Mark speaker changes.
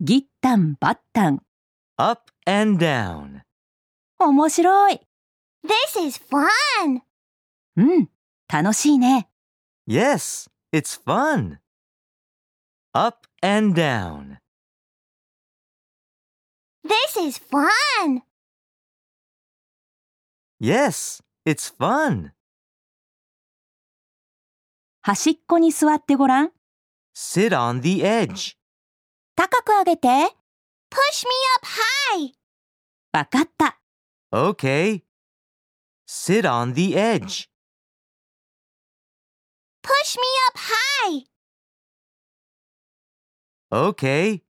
Speaker 1: ギッタンバッタン
Speaker 2: up and down,
Speaker 1: 面白い
Speaker 3: This is fun!
Speaker 1: うん楽しいね
Speaker 2: yes, it's fun. Up and down,
Speaker 3: This is fun!
Speaker 2: yes, it's fun.
Speaker 1: 端っこに座ってごらん
Speaker 2: Sit on the edge,
Speaker 1: 高く上げて
Speaker 3: Push me up high!
Speaker 1: わかった
Speaker 2: okay. Sit on the edge,
Speaker 3: Push me up high!
Speaker 2: okay.